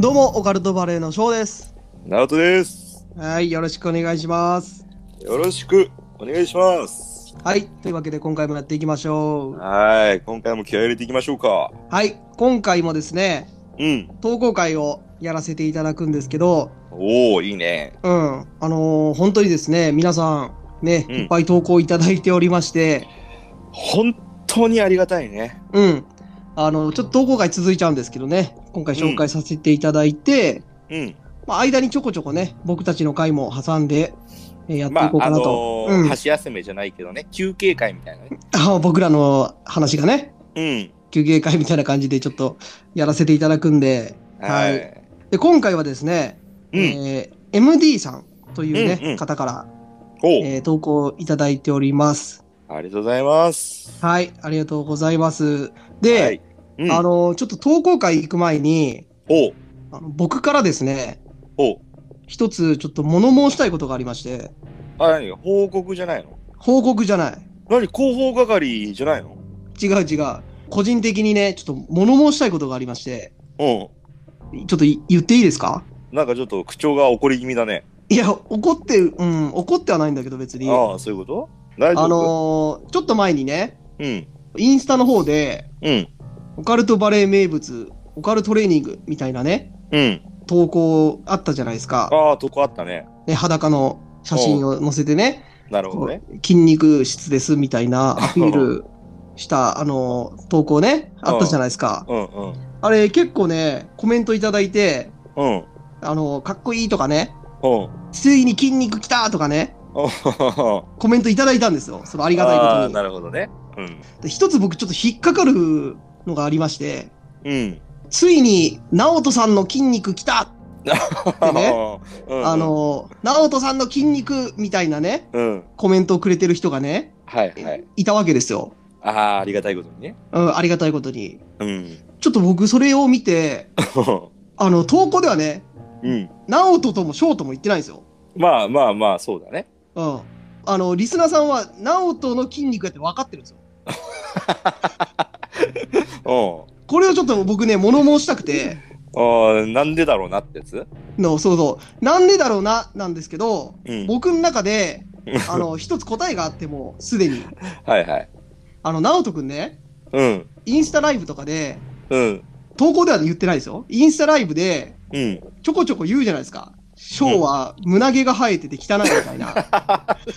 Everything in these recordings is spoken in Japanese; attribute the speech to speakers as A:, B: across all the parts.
A: どうも、オカルトバレーの翔です。
B: ナオトです。
A: はい、よろしくお願いします。
B: よろしくお願いします。
A: はい、というわけで今回もやっていきましょう。
B: はい、今回も気合い入れていきましょうか。
A: はい、今回もですね、
B: うん。
A: 投稿会をやらせていただくんですけど、
B: おー、いいね。
A: うん、あのー本当にですね、皆さん、ね、
B: うん
A: いっぱい投稿いただいておりまして、
B: 本当にありがたいね。
A: うん、あの、ちょっと投稿会続いちゃうんですけどね、今回紹介させていただいて、
B: うん。
A: まあ、間にちょこちょこね、僕たちの回も挟んで、えーやっていこうか
B: あ
A: な
B: の
A: と。
B: ー
A: うん
B: 箸休めじゃないけどね、休憩会みたいなね。
A: あ 僕らの話がね、休憩会みたいな感じでちょっとやらせていただくんで、
B: うん。は
A: はい
B: い。
A: で今回はですね、
B: うん。
A: えー MD さんというね、
B: うんうん
A: 方から、
B: おー、
A: えー投稿いただいております。
B: ありがとうございます。
A: はい、ありがとうございます。で、
B: はい、うん、
A: あのちょっと投稿会行く前に
B: おー、
A: あの、僕からですね、
B: おー、
A: 一つちょっと物申したいことがありまして、
B: あ、何報告じゃないの
A: 報告じゃない。
B: 何広報係じゃないの
A: 違う違う。個人的にね、ちょっと物申したいことがありまして、
B: う
A: ちょっとい言っていいですか
B: ん。なんかちょっと口調が怒り気味だね。
A: いや、怒って、うん、怒ってはないんだけど別に。
B: ああ、そういうこと大丈夫
A: あのーちょっと前にね、
B: うん。
A: インスタの方で、
B: うん。
A: オカルトバレー名物、オカルトレーニングみたいなね、
B: うん。
A: 投稿あったじゃないですか。
B: ああ、とこあったね。
A: ね、裸の写真を載せてね、
B: なるほ
A: こ
B: どね。
A: う筋肉質ですみたいなアピールした、あのー投稿ね、あったじゃないですか。
B: うんうん。
A: あれ結構ね、コメントいただいて、
B: うん。
A: あのーかっこいいとかね、
B: うん。
A: ついに筋肉きたとかね、
B: あ
A: コメントいただいたんですよ。そのありがたいこと
B: あー
A: に
B: なるほどね。うん。
A: で。一つ僕ちょっと引っかかるのがありまして、
B: うん。
A: ついに、直人さんの筋肉きた、でね
B: うん
A: あ、の、直人さんの筋肉みたいなね、
B: うん。
A: コメントをくれてる人がね、
B: はいはい。
A: いたわけですよ。
B: ああ、ありがたいことにね。
A: うん、ありがたいことに。
B: うん。
A: ちょっと僕、それを見て、あの、投稿ではね、
B: うん。
A: 直人とも翔とも言ってないんですよ。
B: まあまあまあ、そうだね。
A: うん。あの、リスナーさんは、直人の筋肉やって分かってるんですよ。
B: うん。
A: これをちょっと僕ね、物申したくて、
B: ああ、なんでだろうなってやつ
A: の、そうそう、なんでだろうな、なんですけど、
B: うん。
A: 僕の中で、あの、一つ答えがあっても、すでに。
B: はいはい。
A: あの、直人くんね、
B: うん。
A: インスタライブとかで、
B: うん。
A: 投稿では言ってないですよ。インスタライブで、
B: うん。
A: ちょこちょこ言うじゃないですか。ショーは胸毛が生えてて汚いみたいな。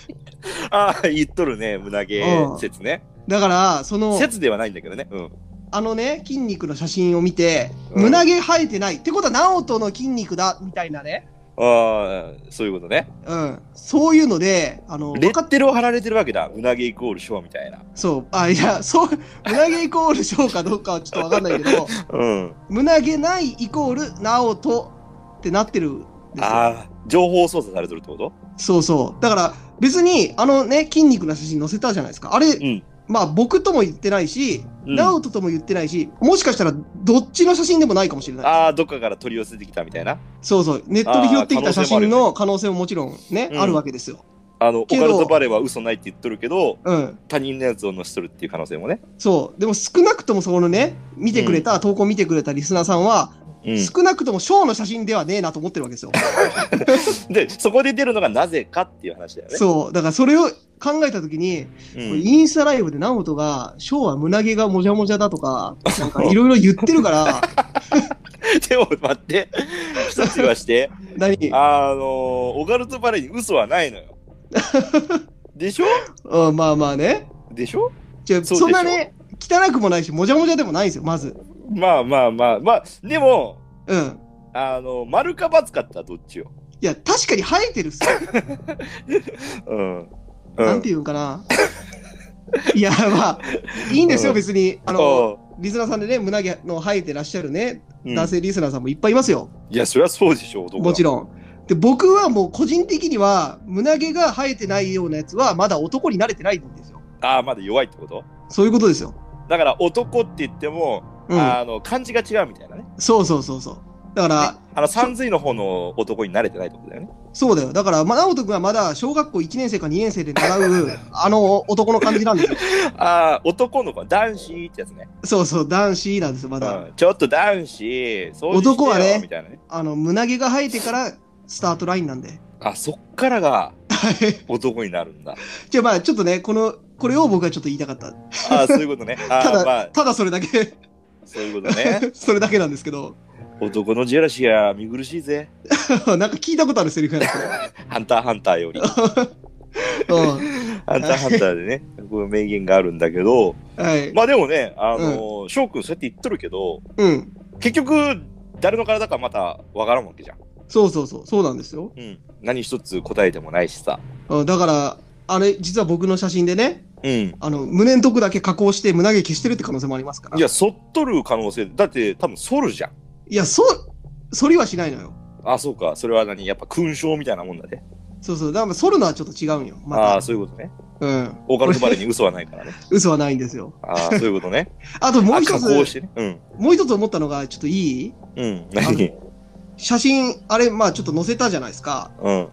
B: ああ、言っとるね、胸毛説ね。
A: だから、その、
B: 説ではないんだけどね。うん。
A: あのね、筋肉の写真を見て、
B: うん
A: 胸毛生えてない。ってことは、ナオトの筋肉だ、みたいなね。
B: ああ、そういうことね。
A: うん。そういうので、あの、
B: レ
A: わか
B: ッテルを貼られてるわけだ。胸毛イコールショーみたいな。
A: そう、あ、いや、そう、胸毛イコールショーかどうかはちょっとわかんないけ ど、
B: うん。
A: 胸毛ないイコール、ナオトってなってるんですよ。
B: ああ、情報操作されてるってこと
A: そうそう。だから別に、あのね、筋肉の写真載せたじゃないですか。あれ、
B: ん
A: まあ僕とも言ってないし、
B: うん
A: ナオトとも言ってないし、もしかしたらどっちの写真でもないかもしれない。
B: ああ、どっかから取り寄せてきたみたいな。
A: そうそう。ネットで拾ってきた
B: あー
A: 写真の可能性ももちろんね、
B: うん
A: あるわけですよ。
B: あの、オカ
A: け
B: ル
A: ど
B: トバレーは嘘ないって言っとるけど、
A: うん。
B: 他人のやつを載せとるっていう可能性もね。
A: そう。でも少なくともそこのね、見てくれた、投稿見てくれたリスナーさんは、
B: うん。
A: 少なくともショーの写真ではねえなと思ってるわけですよ。
B: で、そこで出るのがなぜかっていう話だよね。
A: そう。だからそれを考えたときに、
B: う
A: これ
B: ん。
A: インスタライブで直人が、ショーは胸毛がもじゃもじゃだとか、なんかいろいろ言ってる から、
B: でも待って、一つ言 わして、
A: 何
B: あのー、オカルトバレーに嘘はないの よ。でしょ
A: うん、まあまあね。
B: でしょ
A: じゃあ
B: そうでしょ
A: そんなね、汚くもないし、もじゃもじゃでもないんですよ、まず。
B: まあまあまあまあ、でも、
A: うん。
B: あのー、丸か×かってのはどっちよ。
A: いや、確かに生えてるっすよ。
B: うん。う
A: なんて言うんかな。いや、まあ、いいんですよ、
B: うん
A: 別に。あの、
B: の、
A: リスナーさんでね、胸毛の生えてらっしゃるね、
B: うん
A: 男性リスナーさんもいっぱいいますよ。
B: いや、そりゃそうでしょ、男
A: もち
B: ろ
A: ろん。で、僕はもう個人的には、胸毛が生えてないようなやつは、まだ男に慣れてないんですよ。
B: ん。ああ、まだ弱いってこと
A: そういうことですよ。
B: だから男って言っても、
A: うん。
B: あの漢字が違うみたいなね。
A: そうそうそうそう。だから、
B: あの、三髄の方の男に慣れてないってことだよね。
A: そうだよ。だから、まあ、直人君はまだ小学校1年生か2年生で習う、 あの男の感じなんですよ。
B: ああ、男の子、男子ってやつね。
A: そうそう、男子なんです、まだ。
B: うん、ちょっと男子、そう
A: 男はね
B: みたいなね。
A: あの、胸毛が生えてからスタートラインなんで。
B: あ、そっからが
A: はい。
B: 男になるんだ。
A: じゃあ、まあ、ちょっとね、この、これを僕はちょっと言いたかった。
B: ああ、そういうことね。あ
A: た
B: あ、
A: だ、
B: まあ、
A: ただそれだけ、
B: そういうことね。
A: それだけなんですけど、
B: 男のジェラシーは見苦しいぜ。
A: なんか聞いたことあるセリフやな、こ
B: ハンターハンタ ーより。ハン
A: れ。うん。
B: ターハンターでね、この名言があるんだけど、
A: はい。
B: まあでもね、あの、翔くんそうやって言っとるけど、
A: うん。
B: 結局、誰の体かまたわからんわけじゃん。
A: そうそうそう、そうなんですよ。
B: うん。何一つ答えてもないしさ。
A: うんだから、あれ、実は僕の写真でね、
B: うん。
A: あの、胸のとこだけ加工して胸毛消してるって可能性もありますから。
B: いや、そっとる可能性、だって多分反るじゃん。
A: いや、そう、反りはしないのよ。
B: あ、そうか。それは何やっぱ勲章みたいなもんだね。
A: そうそう、だから反るのはちょっと違うんよ。
B: ああ
A: ま
B: ー、そういうことね。
A: た。うん。
B: オーカルトバレーに嘘はないから ね。
A: 嘘はないんですよ。
B: ああ、そういうことね。
A: あと もう
B: あ
A: 一
B: 加工し
A: つ、
B: てね。うん。
A: もう一つ思ったのが、ちょっといい
B: うん。
A: あ
B: 何
A: の写真、あれ、まあちょっと載せたじゃないですか。
B: うん。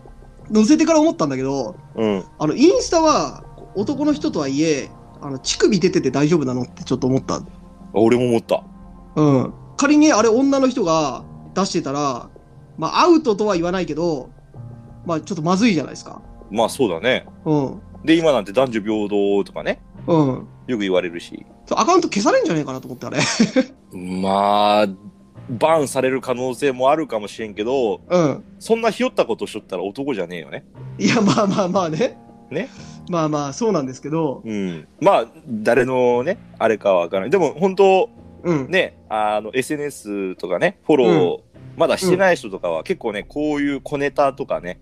A: 載せてから思ったんだけど、
B: うん。
A: あの、インスタは男の人とはいえ、あの、乳首出てて大丈夫なのってちょっと思った。
B: 俺も思った。
A: うん。仮にあれ女の人が出してたら、まあアウトとは言わないけど、まあちょっとまずいじゃないですか。
B: まあそうだね。
A: うん。
B: で、今なんて男女平等とかね。
A: うん。
B: よく言われるし。
A: そうアカウント消されんじゃねえかなと思って、あれ。
B: まあ、バンされる可能性もあるかもしれんけど、
A: うん。
B: そんなひよったことしとったら男じゃねえよね。
A: いや、まあまあまあね。
B: ね。
A: まあまあ、そうなんですけど、
B: うん。まあ、誰のね、あれかはわからない。でも本当、
A: うん。
B: ね、あの、SNS とかね、フォローをまだしてない人とかは結構ね、こういう小ネタとかね、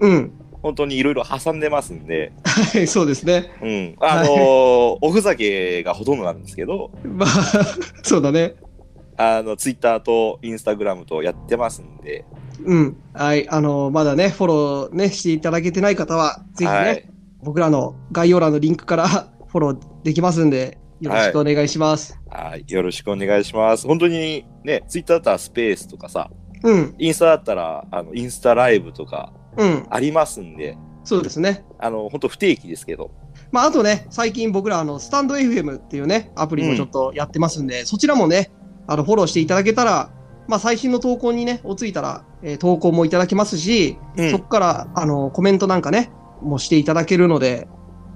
A: うん。
B: 本当にいろいろ挟んでますんで、
A: はい、そうですね。
B: うん。あのー おふざけがほとんどなんですけど、
A: まあ、 そうだね。
B: あの、ツイッターとインスタグラムとやってますんで、
A: うん。はい。あの、まだね、フォローね、していただけてない方は、ぜひね、
B: はい。
A: 僕らの概要欄のリンクから フォローできますんで、よろしくお願いします。
B: はいよろしくお願いします。本当にね、ツイッターだったらスペースとかさ、
A: うん。
B: インスタだったら、あの、インスタライブとか
A: うん。
B: ありますんで、
A: そうですね。
B: あの、本当不定期ですけど、
A: まあ、あとね、最近僕ら、あの、スタンド FM っていうね、アプリもちょっとやってますんで、そちらもね、あの、フォローしていただけたら、まあ、最新の投稿にね、おついたら、えー投稿もいただけますし、
B: うん
A: そこから、あの、コメントなんかね、もしていただけるので、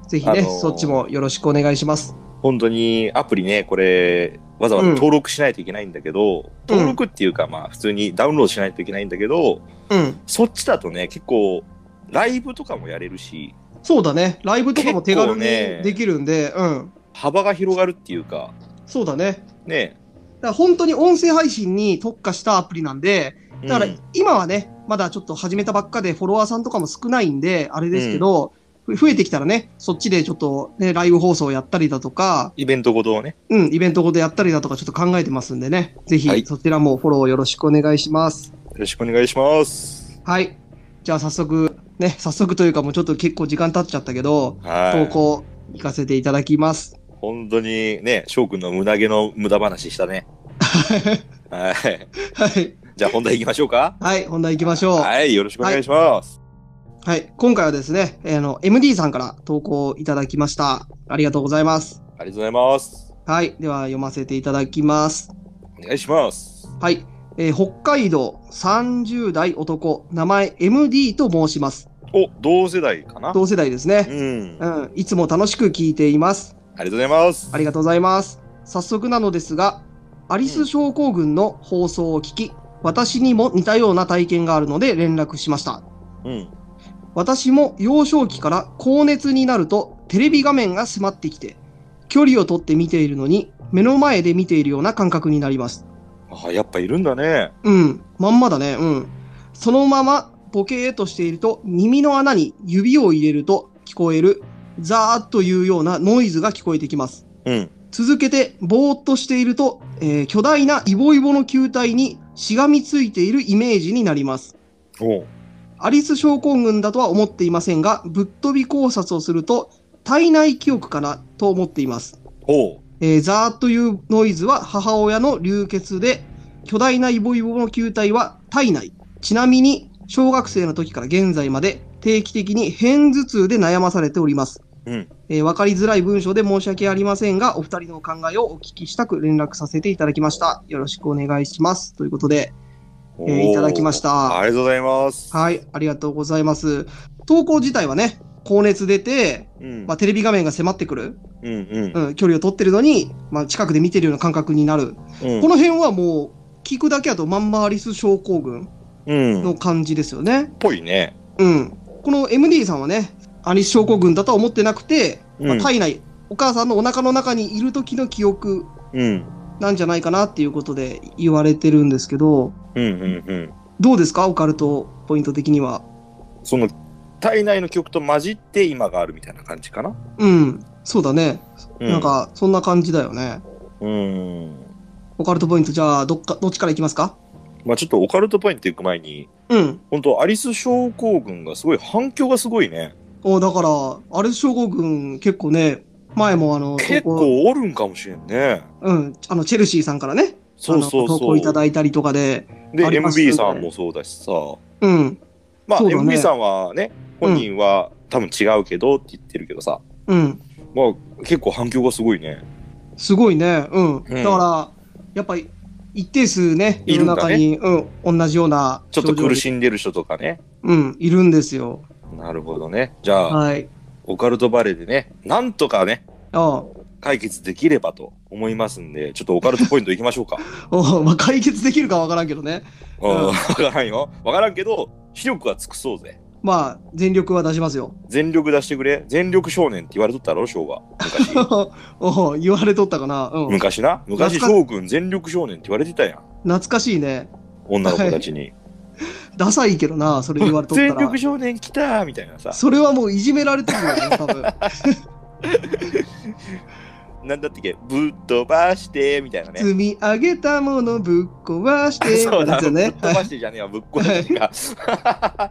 A: ぜひね、
B: あのー
A: そっちもよろしくお願いします。
B: 本当にアプリね、これ、わざわざ登録しないといけないんだけど、登録っていうか、まあ、普通にダウンロードしないといけないんだけど、
A: うん。
B: そっちだとね、結構、ライブとかもやれるし、
A: そうだね。ライブとかも手軽に
B: 結構ね
A: できるんで、うん。
B: 幅が広がるっていうか、
A: そうだね。
B: ね、
A: だから本当に音声配信に特化したアプリなんで、
B: うん
A: だから今はね、まだちょっと始めたばっかでフォロワーさんとかも少ないんで、あれですけど、ふ増えてきたらね、そっちでちょっとね、ライブ放送をやったりだとか、
B: イベントごとをね、
A: うん、イベントごとやったりだとかちょっと考えてますんでね、ぜ
B: は
A: ひ
B: い
A: そちらもフォローよろしくお願いします。
B: よろしくお願いします。
A: はい。じゃあ早速、ね、早速というかもうちょっと結構時間経っちゃったけど、
B: は
A: 投
B: い。
A: 稿行かせていただきます。
B: 本当にね、翔くんの胸毛の無駄話した ね。はい。
A: はい。
B: じゃあ本題行きましょうか。
A: はい、本題行きましょう。
B: はい、よろしくお願いします。
A: はい。今回はですね、えーあの、MD さんから投稿いただきました。ありがとうございます。
B: ありがとうございます。
A: はい。では、読ませていただきます。
B: お願いします。
A: はい。えー北海道30代男、名前 MD と申します。
B: お、同世代かな
A: 同世代です
B: う
A: ね。
B: ん。
A: う
B: あ
A: ん。いつも楽しく聞いています。
B: りがとうございます
A: あ。りがとうございます。早速なのですが、アリス症候群の放送を聞き、私にも似たような体験があるので連絡しました。
B: うん。
A: 私も幼少期から高熱になるとテレビ画面が迫ってきて距離を取って見ているのに目の前で見ているような感覚になります
B: あ、やっぱいるんだね。
A: うんまんまだねうんそのままボケーっとしていると耳の穴に指を入れると聞こえるザーッというようなノイズが聞こえてきます
B: うん。
A: 続けてぼーっとしていると、えー巨大なイボイボの球体にしがみついているイメージになります
B: おう
A: アリス症候群だとは思っていませんが、ぶっ飛び考察をすると、体内記憶かなと思っています。
B: おう
A: えーザーッというノイズは母親の流血で、巨大なイボイボの球体は体内。ちなみに、小学生の時から現在まで定期的に片頭痛で悩まされております。
B: うん
A: えーわかりづらい文章で申し訳ありませんが、お二人のお考えをお聞きしたく連絡させていただきました。よろしくお願いします。ということで、
B: お
A: えーいただきまし
B: ー
A: た。
B: ありがとうございます。
A: はい、ありがとうございます。投稿自体はね、高熱出て、
B: うん
A: まあ、テレビ画面が迫ってくる、
B: うんうん
A: うん、距離を取ってるのに、まあ、近くで見てるような感覚になる。
B: うん
A: この辺はもう、聞くだけだとマンマーリス症候群
B: うん
A: の感じですよね。
B: ぽいね。
A: うん。この MD さんはね、アリス症候群だとは思ってなくて、まあ
B: うん
A: 体内、お母さんのお腹の中にいる時の記憶
B: うん
A: なんじゃないかなっていうことで言われてるんですけど、
B: うんうんうん。
A: どうですかオカルトポイント的には。
B: その体内の曲と混じって今があるみたいな感じかな。
A: うん。そうだね。
B: う
A: なん。か、そんな感じだよね。
B: うん。
A: オカルトポイント、じゃあ、どっか、どっちからいきますか
B: まあちょっとオカルトポイント行く前に、
A: うん。
B: 本当アリス症候群がすごい反響がすごいね。
A: おだから、アレス症候群、結構ね、前もあの、投
B: 結
A: 稿
B: 構おるんかもしれんね。
A: うん、あの、チェルシーさんからね、
B: そうそう
A: あの投
B: そ
A: 稿
B: う。
A: いただいたりとかで、
B: で、
A: あります
B: MB さんもそうだしさ。
A: うん、
B: まあ、
A: そうだね
B: MB さんはね、本人は多分違うけどって言ってるけどさ。
A: うん、
B: まあ結構反響がすごいね。
A: すごいね、うん。
B: ん
A: だから、やっぱり、一定数ね、
B: い
A: 世
B: る
A: の
B: んだ
A: 中
B: ね
A: に、うん、同じような
B: ちょっと苦
A: い。
B: しんでる人とかね。
A: うん、いるんですよ。
B: なるほどね。じゃあ、
A: はい。
B: オカルトバレーでね、なんとかね、
A: ああ
B: 解決できればと思いますんで、ちょっとオカルトポイントいきましょ うか。
A: おまあ、解決できるかわからんけどね。
B: うんわからんよ。わからんけど、視力は尽くそうぜ。
A: まあ、全力は出しますよ。
B: 全力出してくれ。全力少年って言われとったろ、昭和。昔。
A: お言われとったかな。うん。
B: 昔な。昔、
A: 懐か
B: 翔くん全力少年って言われてたやん。
A: 懐かしいね。
B: 女の子たちに。
A: ダサいけどな、それ言われとった
B: 全力
A: ら。
B: 少年来たーみたいなさ。
A: それはもういじめられてるよね、多 分。
B: なんだってけ、ぶっ飛ばしてーみたいなね。
A: 積み上げたものぶっ壊して。
B: そう
A: で
B: だ、
A: すよ
B: ぶっ
A: ね。
B: 飛ばしてじゃねえわ、ぶっ壊して か。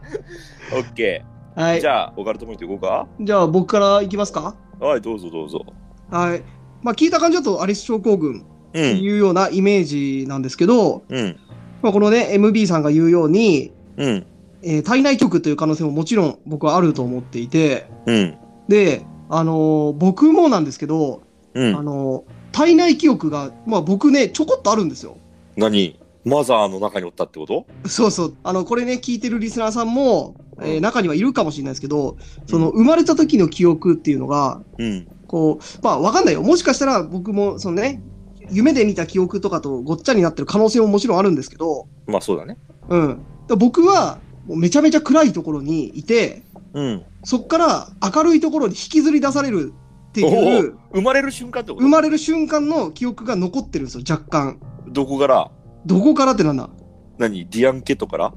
B: オッケ
A: は
B: ー。
A: い
B: じ。ゃあ、オカルトポイントいこうか。
A: じゃあ僕からいきますか。
B: はい、どうぞどうぞ。
A: はい。まあ聞いた感じだとアリス症候群っ
B: う
A: て
B: ん。
A: いうようなイメージなんですけど、
B: うん。
A: まあこのね、MB さんが言うように、
B: うん。
A: えー体内局という可能性ももちろん僕はあると思っていて、
B: うん。
A: で、あのー僕もなんですけど、
B: う
A: あ
B: ん。
A: のー体内記憶が、まあ僕ね、ちょこっとあるんですよ。
B: 何マザーの中におったってこと
A: そうそう。あの、これね、聞いてるリスナーさんも、えー
B: うん
A: 中にはいるかもしれないですけど、その、生まれた時の記憶っていうのが、
B: うん。
A: こう、まあ、わかんないよ。もしかしたら僕も、そのね、夢で見た記憶とかとごっちゃになってる可能性ももちろんあるんですけど、
B: まあそうだね。
A: うん。だから僕は、もうめちゃめちゃ暗いところにいて、
B: うん。
A: そっから明るいところに引きずり出されるっていう、
B: 生まれる瞬間ってこと
A: 生まれる瞬間の記憶が残ってるんですよ、若干。
B: どこから
A: どこからってなんだ
B: 何ディアンケットから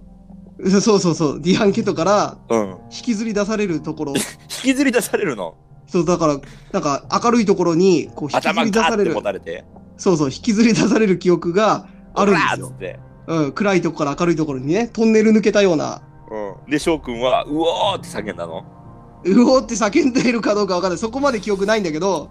A: そうそうそう、ディアンケットから
B: うん。
A: 引きずり出されるところ。
B: 引きずり出されるの。
A: そう、だから、なんか明るいところに、こう、引きず
B: 頭
A: り出
B: ガ
A: さ
B: ー
A: れ
B: って
A: る
B: 持、たれて。
A: そうそう、引きずり出される記憶があるんです
B: オラー
A: よ
B: っつ。って。
A: うん、暗いとこから明るいところにね、トンネル抜けたような、
B: うん。で、翔くんは、うおーって叫んだの。
A: うおーって叫んでいるかどうかわかんない。そこまで記憶ないんだけど、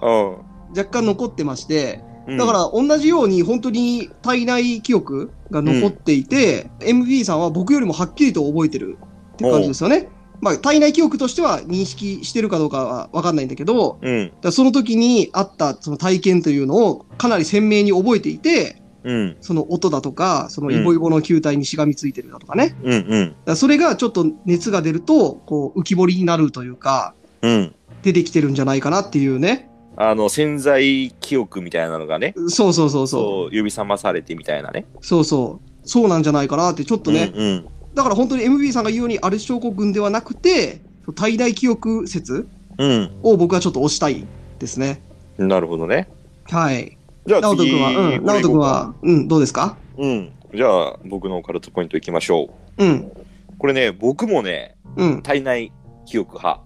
A: 若干残ってまして、
B: うん。
A: だか、ら同じように本当に体内記憶が残っていて、MB さんは僕よりもはっきりと覚えてるって感じですよね。まあ、体内記憶としては認識してるかどうかはわかんないんだけど、
B: うん
A: だ。からその時にあったその体験というのをかなり鮮明に覚えていて、
B: うん。
A: その音だとか、そのイボイボの球体にしがみついてるだとかね。だか
B: うん。うん。
A: らそれがちょっと熱が出ると、こう浮き彫りになるというか、
B: うん。
A: 出てきてるんじゃないかなっていうね。
B: あの、潜在記憶みたいなのがね、
A: そうそうそうそ
B: そう、呼び覚まされてみたいなね。
A: う。そうそう。そうなんじゃないかなってちょっとね、
B: うん。
A: だから本当に MB さんが言うように、アレス症候群ではなくて、体内記憶説
B: うん。
A: を僕はちょっと推したいですね。
B: うんなるほどね。
A: はい。
B: じゃあ
A: 直人
B: 次、
A: 君は、うん、直人君は、うん、どうですか
B: うん。じゃあ、僕のオカルトポイントいきましょ
A: う
B: う。
A: ん、
B: これね、僕もね、
A: うん。
B: 体内記憶派。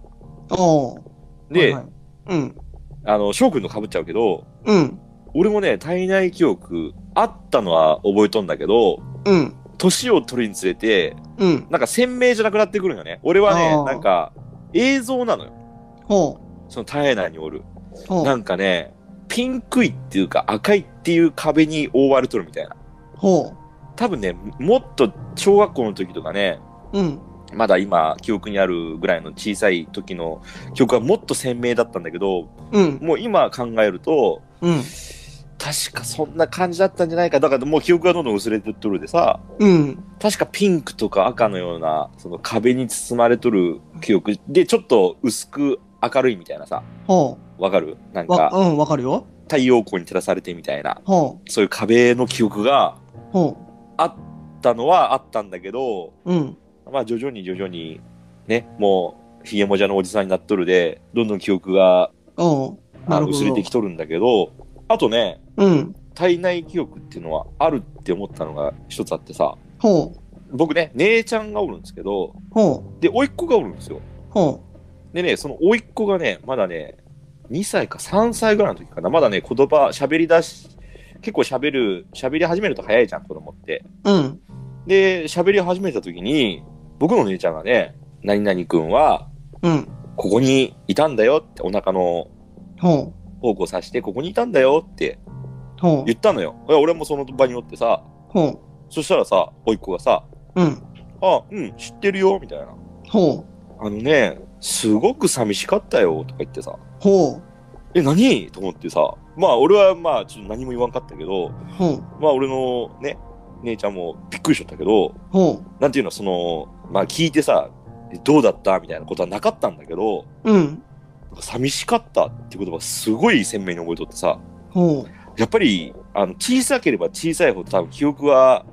A: おー。
B: で、
A: はいはいうん、
B: あの、翔くんの被っちゃうけど、
A: うん、
B: 俺もね、体内記憶あったのは覚えとんだけど、
A: うん、
B: 年を取るにつれて、
A: うん。
B: なんか鮮明じゃなくなってくるんよね。俺は
A: あ
B: ね、
A: ー
B: なんか、映像なのよ。
A: ほ
B: その体内におる。
A: う、ほ
B: な
A: う、
B: んかね、ピンクいっていうか赤いっていう壁に覆われとるみたいな。
A: ほう。
B: 多分ね、もっと小学校の時とかね、
A: うん。
B: まだ今、記憶にあるぐらいの小さい時の記憶はもっと鮮明だったんだけど、
A: うん。
B: もう今考えると、
A: うん。
B: 確かそんな感じだったんじゃないか。だからもう記憶がどんどん薄れてっとるでさ、
A: うん。
B: 確かピンクとか赤のような、その壁に包まれとる記憶で、ちょっと薄く明るいみたいなさ、
A: は
B: わかるなん
A: あ。わ、
B: か、
A: うん、わかるよ。
B: 太陽光に照らされてみたいな、
A: は
B: そういう壁の記憶が
A: あ。は
B: あったのはあったんだけど、
A: あ。うん。
B: まあ徐々に徐々に、ね、もう、ひげもじゃのおじさんになっとるで、どんどん記憶が
A: うん。な
B: あ
A: る
B: の
A: ほ
B: 薄れ
A: ど
B: て。きとるんだけど、あとね、
A: うん。
B: 体内記憶っていうのはあるって思ったのが一つあってさ、
A: は
B: 僕ね、姉ちゃんがおるんですけど、
A: あ。は
B: で、甥っ子がおるんですよ。
A: あ。は
B: でね、その甥っ子がね、まだね、2歳か3歳ぐらいの時かな、まだね、言葉喋り出し、結構喋る、喋り始めると早いじゃん、子供って。
A: あ。うん。
B: で、喋り始めた時に、僕の姉ちゃんがね、何々くんは、
A: うん。
B: ここにいたんだよって、お腹の
A: は
B: 方向さして、ここにいたんだよって
A: あ。は
B: 言ったのよ。いや俺もその場におってさ、
A: あ。は
B: そしたらさ、甥っ子がさ、
A: あ。うん。
B: あ、うん、知ってるよ、みたいな。
A: は
B: あのね、すごく寂しかったよ、とか言ってさ、
A: あ。は
B: え、何と思ってさ、まあ俺はまあちょっと何も言わんかったけど、
A: あ。は
B: まあ俺のね、姉ちゃんもびっくりしちゃったけど、
A: あ。はあ。
B: なんていうの、その、まあ聞いてさ、えどうだったみたいなことはなかったんだけど、
A: うん。
B: なんか寂しかったって言葉すごい鮮明に覚えとってさ、
A: は
B: やっぱり、あの、小さければ小さいほど多分記憶は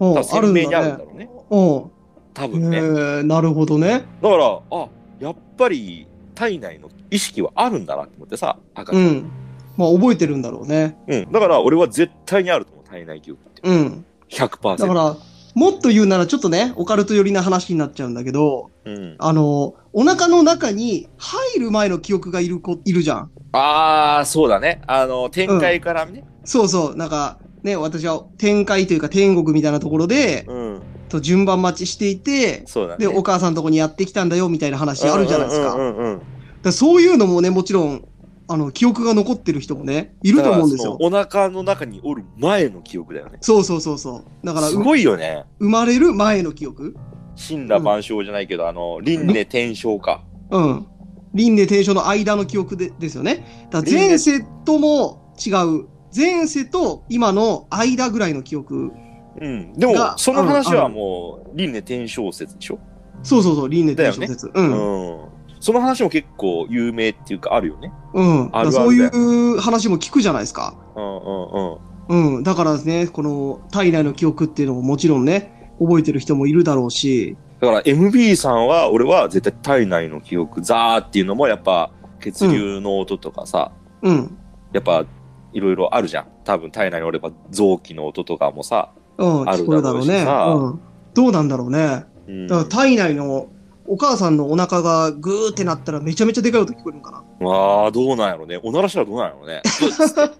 A: あ。
B: 多分
A: はあ。ある
B: 鮮
A: ん
B: 明にあるん
A: だ
B: だ
A: ね。
B: ろうね。
A: うん。
B: 多分ね。だか
A: ええ、なるほどね。
B: ら、あ、やっぱり体内の意識はあるんだなって思ってさ、赤ち
A: う
B: ゃん。
A: ん。まあ、覚えてるんだろうね。
B: うん。だから俺は絶対にあると思う、体内記憶って。
A: うん。
B: 100%。
A: だから、もっと言うならちょっとね、オカルト寄りな話になっちゃうんだけど、
B: うん、
A: あの、お腹の中に入る前の記憶がいる子、いるじゃん。
B: ああ、そうだね。あの、展開からね。
A: そうそう、なんか、ね、私は天界というか天国みたいなところで、
B: うん、
A: と順番待ちしていて、
B: そうだ
A: で、
B: ね。
A: お母さんのとこにやってきたんだよみたいな話あるじゃないですか。
B: う
A: だか
B: んうんうんうん
A: らそういうのもね、もちろん、あの、記憶が残ってる人もね、いると思うんですよ
B: だ。からそのお腹の中におる前の記憶だよね。
A: そうそうそうそう。だから、
B: す
A: う
B: ごいよね。
A: 生まれる前の記憶
B: 死んだ万象じゃないけど、あの、輪廻転生か。
A: うん。輪廻転生の間の記憶でですよね。だから前世とも違う。前世と今の間ぐらいの記憶。
B: うん。でも、
A: が
B: その話
A: うん
B: は
A: ある
B: もう、輪廻転生説でしょ、
A: そうそうそう、輪廻転生説。
B: う
A: うん。
B: ん、その話も結構有名っていうか、あるよね。
A: うん。だか
B: あ
A: ら
B: るあ
A: そう
B: るだ
A: い
B: よ
A: う話も聞くじゃないですか。
B: うんうんうん。
A: うん。だからですね、この体内の記憶っていうのももちろんね、覚えてる人もいるだろうし。
B: だから MB さんは、俺は絶対体内の記憶、ザーっていうのも、やっぱ、血流の音とかさ、
A: うん。
B: やっぱいろいろあるじゃん。多分体内におれば臓器の音とかもさ。
A: うん。
B: あるだろう
A: 聞
B: し
A: こえるだろうね。
B: さ
A: うん。どうなんだろうね。
B: うん、
A: だから体内のお母さんのお腹がグーってなったらめちゃめちゃでかい音聞こえるのかな。
B: ああ、どうなんやろね。おならしたらどうなんやろね。ブッ つって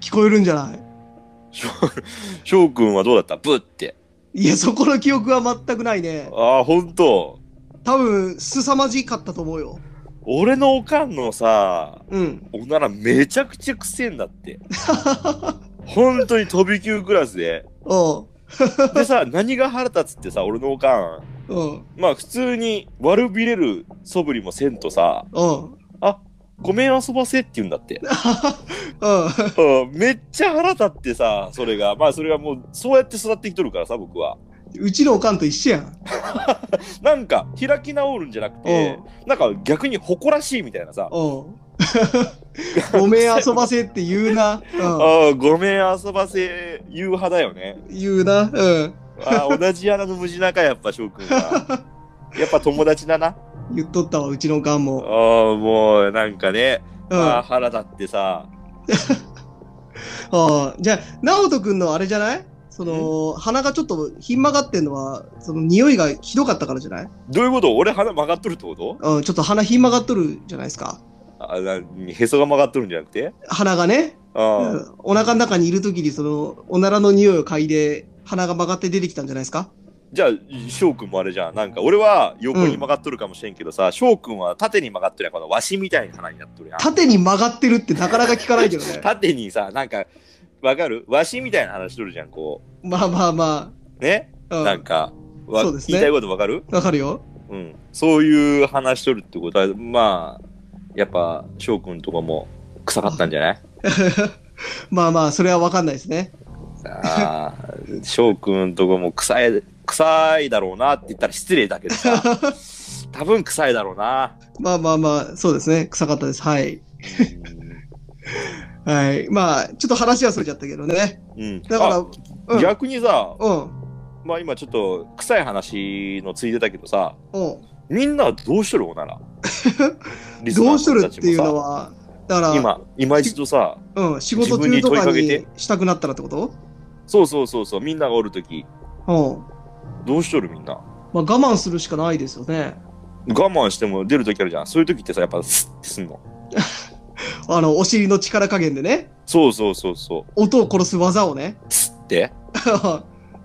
A: 聞こえるんじゃない
B: 翔くんはどうだったブッって。
A: いや、そこの記憶は全くないね。
B: ああ、ほんと。
A: 多分、凄まじかったと思うよ。
B: 俺のおかんのさ、
A: うん。
B: おならめちゃくちゃくせえんだって。ほんとに飛び級クラスで。
A: おう
B: でさ、何が腹立つってさ、俺のおかん。
A: おう
B: まあ普通に悪びれる素振りもせんとさ、
A: おう
B: ごめん遊ばせって言うんだって。
A: おう
B: うんめっちゃ腹立ってさ、それが。まあそれがもう、そうやって育ってきとるからさ、僕は。
A: うちのおかんと一緒やん。
B: なんか、開き直るんじゃなくて
A: う、
B: なんか逆に誇らしいみたいなさ、
A: おうごめん遊ばせって言うな。
B: あ
A: う
B: ーごめん遊ばせ、言う派だよね。
A: ん。言うな。うん。
B: あー同じ穴の無地中やっぱ翔くん は。やっぱ友達だな。
A: 言っとったわ、うちのおかん
B: あ
A: も。
B: ーもう、なんかね、
A: うん。
B: あー
A: あ
B: 腹立ってさ、
A: あじゃあ、直人くんのあれじゃないその、鼻がちょっとひん曲がってんのは、その匂いがひどかったからじゃない
B: どういうこと俺鼻曲がっとるってこと
A: うん、ちょっと鼻ひん曲がっとるじゃないですか。
B: あなへそが曲がっとるんじゃなくて
A: 鼻がね。
B: あー
A: うんお腹の中にいるときにそのおならの匂いを嗅いで鼻が曲がって出てきたんじゃないですか
B: じゃあ、翔くんもあれじゃん。なんか、俺は横に曲がっとるかもしれんけどさ、翔くんは縦に曲がっとるやん。このわしみたいな花になっとるやん。
A: 縦に曲がってるってなかなか聞かないけどね。
B: 縦にさ、なんか、わかるわしみたいな話しとるじゃん、こ
A: まあまあま
B: う。ね、
A: あ。う
B: なん
A: ん。
B: か、わ
A: そうですね
B: 言いたいことわかる
A: わかるよ。
B: うん。そういう話しとるってことは、まあ、やっぱ、翔くんとかも臭かったんじゃない
A: まあまあ、それはわかんないですね。
B: ああ、翔くんとこも臭い、臭いだろうなって言ったら失礼だけ どさ、多分臭いだろうな。
A: まあまあまあ、そうですね。臭かったです。はい。はい。まあ、ちょっと話はそれちゃったけどね。
B: うん。
A: だか
B: あ
A: ら、うん。
B: 逆にさ、
A: うん。
B: まあ今ちょっと臭い話のついでだけどさ、
A: うん。
B: みんなはどうしとるおな ら。リスナ
A: ど
B: ーの
A: うしとる
B: 人
A: った
B: ち
A: ていうの
B: もさ
A: は、だから、
B: 今、今一度さ、
A: うん、仕事中とか
B: 自分に問い
A: に
B: か
A: したくなったらってこと
B: そうそうそうそう、みんながおるとき、
A: うん。
B: どうしとるみんな。
A: まあ、我慢するしかないですよね。
B: 我慢しても出るときあるじゃん。そういうときってさ、やっぱスッてすんの。
A: あの、お尻の力加減でね、
B: そうそうそうそ
A: 音を殺す技をね、
B: う。スッて。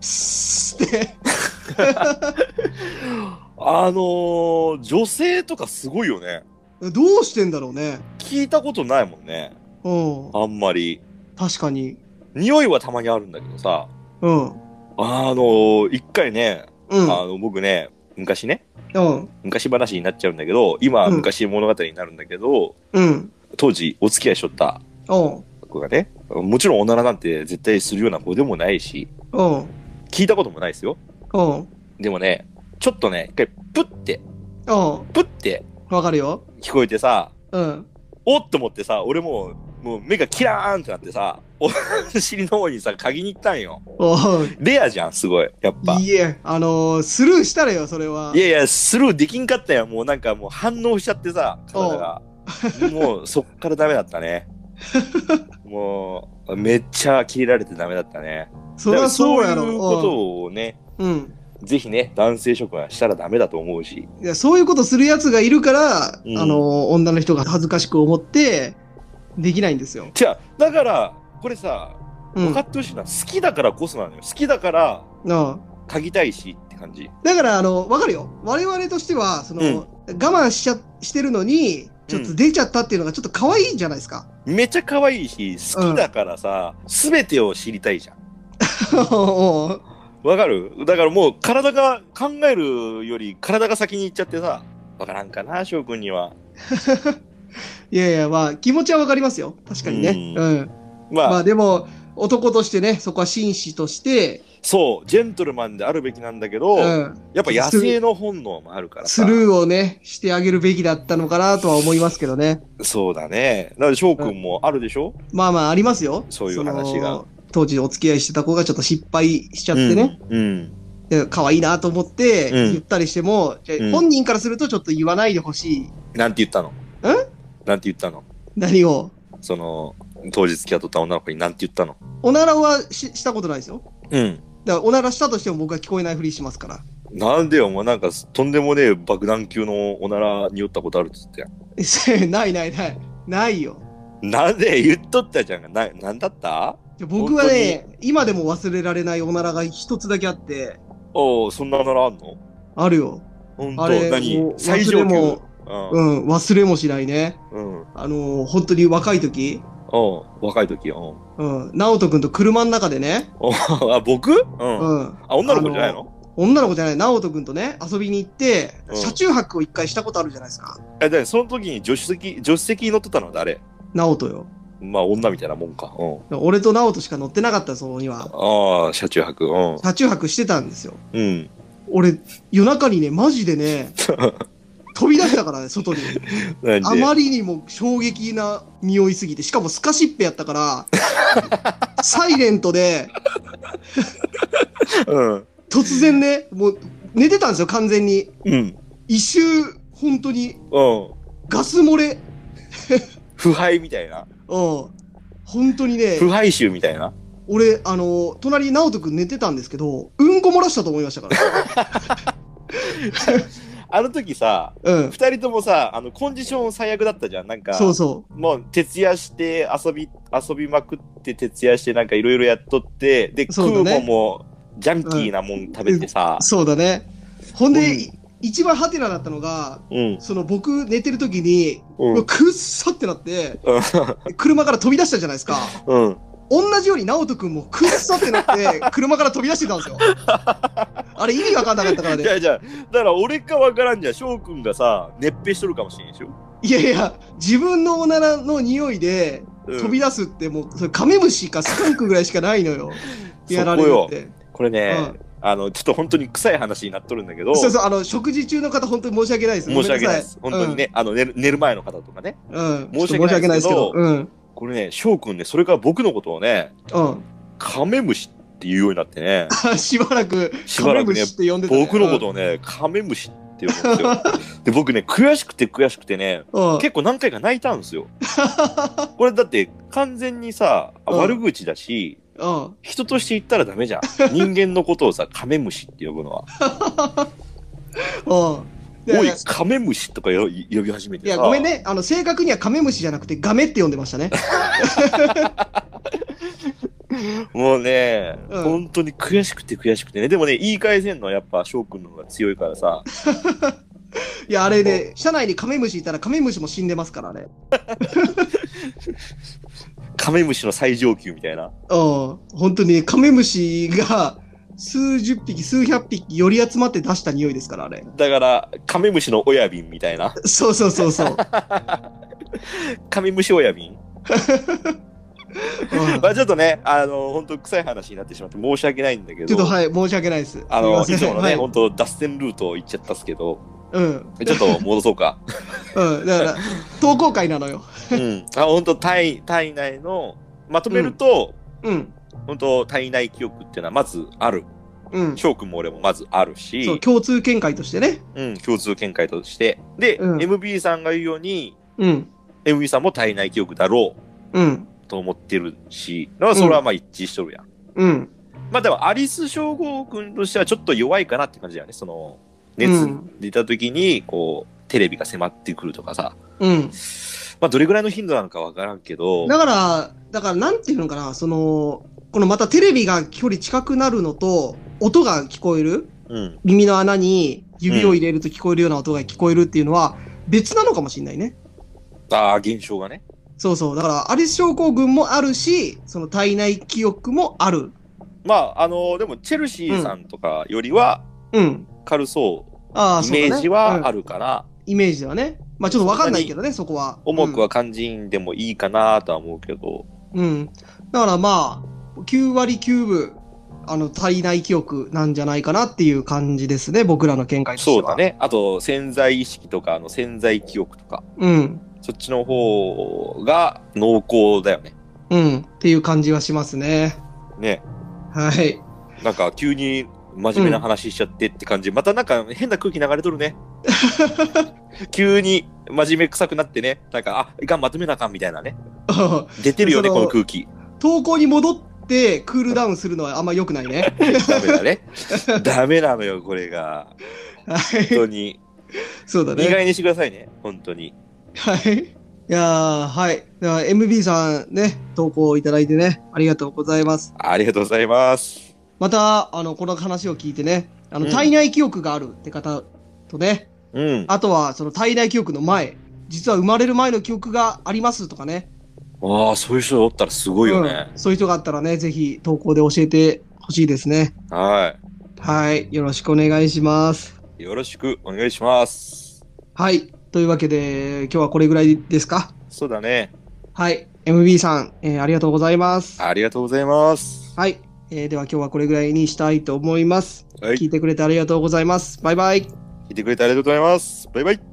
A: スーって、
B: あのー、女性とかすごいよね。
A: どうしてんだろうね。
B: 聞いたことないもんね。
A: うん。
B: あんまり。
A: 確かに。
B: 匂いはたまにあるんだけどさ。
A: うん。
B: あのー、一回ね、
A: うん。
B: あの、僕ね、昔ね、
A: うん。
B: 昔話になっちゃうんだけど、今、
A: うん
B: 昔物語になるんだけど、
A: うん。
B: 当時お付き合いしとった
A: うん。
B: 子がね、もちろんおならなんて絶対するような子でもないし、
A: うん。
B: 聞いたこともないですよ。
A: うん。
B: でもね、ちょっとね、一回プッて、
A: うん。
B: プッて
A: わかるよ。
B: 聞こえてさ、
A: うん。
B: おっと思ってさ、俺もう、もう目がキラーンってなってさ、お尻の方にさ、嗅ぎに行ったんよ。
A: おい。
B: レアじゃん、すごい。やっぱ。
A: いいえ、あのー、スルーしたらよ、それは。
B: いやいや、スルーできんかったよ。もうなんかもう反応しちゃってさ、体が。もうそっからダメだっ たね。もう、めっちゃ切られてダメだったね。
A: それはそうや
B: だか
A: ろ。
B: らそういうことをね、
A: うんうん。
B: ぜひね、男性諸君はしたらダメだと思うし。
A: いや、そういうことするやつがいるから、
B: うん
A: あのー、女の人が恥ずかしく思って、できないんですよ。
B: じゃあ、だから、これさ、
A: うん。
B: 分かってほしいな、好きだからこそなのよ。好きだから、
A: うん
B: 嗅ぎたいしって感じ。
A: だから、あの、わかるよ。我々としては、その、我慢しちゃ、してるのに、ちょっと出ちゃったっていうのがちょっと可愛いんじゃないですか。
B: めっちゃ可愛いし、好きだからさ、すべ、てを知りたいじゃん。わかるだからもう体が考えるより体が先に行っちゃってさ、わからんかな、翔くんには。
A: いやいや、まあ、気持ちはわかりますよ。確かにね。
B: う
A: うん。
B: まあ、
A: まあ、でも、男としてね、そこは紳士として、
B: そう、ジェントルマンであるべきなんだけど、
A: うん、
B: やっぱ野生の本能もあるから
A: ス
B: さ。
A: ルーをね、してあげるべきだったのかなとは思いますけどね。
B: そうだね。だから翔くんもあるでしょ、
A: まあまあ、ありますよ。
B: そういう
A: の
B: 話が。
A: 当時お付き合いしてた子がちょっと失敗しちゃ
B: う
A: っ
B: ん、
A: てね。
B: うん。
A: で可愛いなと思って
B: うん
A: 言ったりしても、じゃあ
B: うん
A: 本人からするとちょっと言わないでほしい。
B: なんて言ったのなんて言ったの
A: 何を。
B: その、当時付き合っとった女の子になんて言ったの
A: おならはししたことないですよ。
B: うん。
A: だからおならしたとしても僕は聞こえないふりしますから。
B: なんでよ、お前なんかとんでもねえ爆弾級のおならにおったことあるっつって。
A: えないないない。ないよ。
B: なんで言っとったじゃんか。な、なんだった
A: 僕はね、今でも忘れられないおならが一つだけあって、
B: おおそんなおならあんの
A: あるよ。
B: ほん
A: あ
B: と
A: れも
B: 何
A: う
B: 最上
A: 忘れ
B: 級。
A: も
B: う。
A: うんん、忘れもしないね。
B: うん。
A: あのー本当に若い時、
B: おう若い時よ。
A: うん、直人くんと車の中でね、
B: おうあ、僕うん。
A: う
B: あ、
A: ん、
B: 女の子じゃないの
A: 女の子じゃない、直人くんとね、遊びに行って、
B: うん
A: 車中泊を一回したことあるじゃないですか。
B: え、だからその時に助手席、助手席に乗ってたのは誰
A: 直人よ。
B: まあ、女みたいなもんか。うん。
A: 俺と直人しか乗ってなかった、そこには。
B: ああ、車中泊。うん。
A: 車中泊してたんですよ。
B: うん。
A: 俺、夜中にね、マジで ね、飛び出したからね、外に。
B: なんで
A: あまりにも衝撃な匂いすぎて、しかもスカシッペやった から、サイレントで、
B: うん。
A: 突然ね、もう寝てたんですよ、完全に。
B: うん。
A: 一周、本当に、
B: うん。
A: ガス漏れ。
B: 腐敗みたいな。
A: うん。本当にね、
B: 腐敗臭みたいな。
A: 俺、あの、隣に直人くん寝てたんですけど、うんこ漏らしたと思いましたから。
B: あの時さ、
A: うん。
B: 二人ともさ、あの、コンディション最悪だったじゃん。なんか、
A: そうそ
B: もう徹夜して遊び遊びまくって徹夜してなんかいろいろやっとってで、
A: そ
B: 食
A: うだね
B: うもんもジャンキーなもん食べてさ
A: う。、そうだね。ほん
B: う
A: で、
B: ん
A: い一番ハテナだったのが、
B: うん
A: その僕寝てる時に、
B: う
A: うんわくっさってなって、
B: うん
A: 車から飛び出したじゃないですか。
B: うん
A: 同じように直人君もくっそってなって、車から飛び出してたんですよ。あれ意味わかんなかったから
B: じゃ
A: ね。
B: あじゃあ、だから俺かわからんじゃん、翔くんがさ、熱ぺしとるかもしれんでしょ。
A: いやいや、自分のおならの匂いで
B: うん
A: 飛び出すってもう、それカメムシかスカンクぐらいしかないの よ。やられるって。
B: これね、
A: うん
B: あの、ちょっと本当に臭い話になっとるんだけど、
A: そうそう、あの、食事中の方、本当に申し訳ないです。
B: 申し訳ないです。
A: ご
B: 本
A: めん
B: 当
A: さ
B: に。ね、あの寝る、寝る前の方とかね。
A: うん。うん
B: 申し訳
A: ちょっと
B: ないですけど
A: うん。
B: これね、翔くんね、それから僕のことをね、
A: うん。
B: カメムシって言うようになってね、
A: あしばらく、
B: し
A: カ
B: ば
A: メ
B: らく
A: ム
B: ね
A: シって呼んでた、
B: 僕のことをね、カメムシって呼ぶんで すよ。で、僕ね、悔しくて悔しくてね、
A: と
B: 結構何回か泣いたんですよ。これだって完全にさ、
A: うん
B: 悪口だし、
A: うん。うん。
B: 人として言ったらダメ じゃん。人間のことをさ、カメムシって呼ぶのは。
A: うん。で
B: おい、カメムシとかよ呼び始め
A: い
B: てさ。
A: や、ごめん。ね。あの、正確にはカメムシじゃなくて、ガメって呼んでました ね。
B: もうね、
A: うん
B: 本当に悔しくて悔しくてね。でもね、言い返せんのはやっぱ翔くんの方が強いからさ。
A: いや、あれで、車内にカメムシいたら、カメムシも死んでますからね。
B: カメムシの最上級みたい
A: う
B: な。
A: ん。本当に、カメムシが、数十匹、数百匹、寄り集まって出した匂いですから、あれ。
B: だから、カメムシの親瓶みたいな。
A: そうそうそうそう。
B: カメムシ親瓶。
A: うん
B: まあちょっとね、あの、本当臭い話になってしまって申し訳ないんだけど。
A: ちょっと、はい、申し訳ないです。
B: あ
A: す
B: の、
A: いま
B: いつ
A: せん
B: もの
A: は
B: ね、
A: い
B: 本当脱線ルート行っちゃったっすけど、
A: うん。
B: ちょっと戻そ うか。
A: うん、だから、投稿会なのよ。
B: うん。あ、本当体、体内の、まとめると、
A: うん。
B: 本当体内記憶っていうのはまずある。
A: うん。
B: 翔くんも俺もまずあるし、
A: そう、共通見解としてね。
B: うん、共通見解として。で、
A: うん
B: MB さんが言うように、
A: うん。
B: MB さんも体内記憶だろ
A: うん。
B: うと思ってるし、だからそれはまあ一致しとるやん。
A: うん。
B: まあでも、アリス称号君としてはちょっと弱いかなって感じだよね。その、熱
A: うん
B: 出た時に、こう、テレビが迫ってくるとかさ。
A: うん。
B: まあ、どれぐらいの頻度なのかわからんけど、
A: だから、だから、なんていうのかな、その、このまたテレビが距離近くなるのと、音が聞こえる、
B: うん。
A: 耳の穴に指を入れると聞こえるような音が聞こえるっていうのは、別なのかもしれないね。
B: ああ、現象がね。
A: そうそう。だから、アリス症候群もあるし、その体内記憶もある。
B: まあ、あのでも、チェルシーさんとかよりは
A: うん。
B: 軽そ
A: あ
B: う、
A: あ、
B: イ
A: そうだね。
B: メージはあ
A: る。
B: るから、
A: イメージではね。まあ、ちょっとわかんないけどね、そこは。
B: 重くは感じんでもいいかなとは思うけど、
A: うん。だからまあ、9割9分、あの、体内記憶なんじゃないかなっていう感じですね、僕らの見解として
B: そ
A: は。
B: うだ。ね。あと、潜在意識とか、あの潜在記憶とか、
A: うん。
B: そっちの方が濃厚だよね。
A: うん。っていう感じはしますね。
B: ね。
A: はい。
B: なんか、急に真面目な話しちゃってって感じ。またなんか変な空気流れと るね。急に真面目臭くなってね。なんか、あ、いかん、まとめなあかんみたいなね。出てるよね、
A: そ
B: こ
A: の
B: の空気。
A: 投稿に戻ってクールダウンするのはあんま良くないね。
B: ダメ だね。ダメなのよ、これが。
A: はい。
B: 本当に。
A: そうだ
B: 意
A: ね。
B: 外にしてくださいね、本当に。
A: はい。いやー、はい。では MB さんね、投稿いただいてね、ありがとうございます。
B: ありがとうございます。
A: また、あの、この話を聞いてね、あの、
B: うん
A: 体内記憶があるって方とね、
B: うん。あ
A: あとは、その体内記憶の前、実は生まれる前の記憶がありますとかね。
B: あ、そういう人がおったらすごいよね
A: う。んそういう人があったらね、ぜひ投稿で教えてほしいですね。
B: は
A: はい。よろしくお願いします。
B: い。よろしくお願いします。
A: はい。というわけで、今日はこれぐらいですか。
B: そうだね。
A: はい。MB さん、えーありがとうございます。
B: ありがとうございます。
A: はい。えーでは今日はこれぐらいにしたいと思います。
B: はい。
A: 聞
B: 聞
A: いてくれてありがとうございます。バイバイ。
B: いてくれてありがとうございます。バイバイ。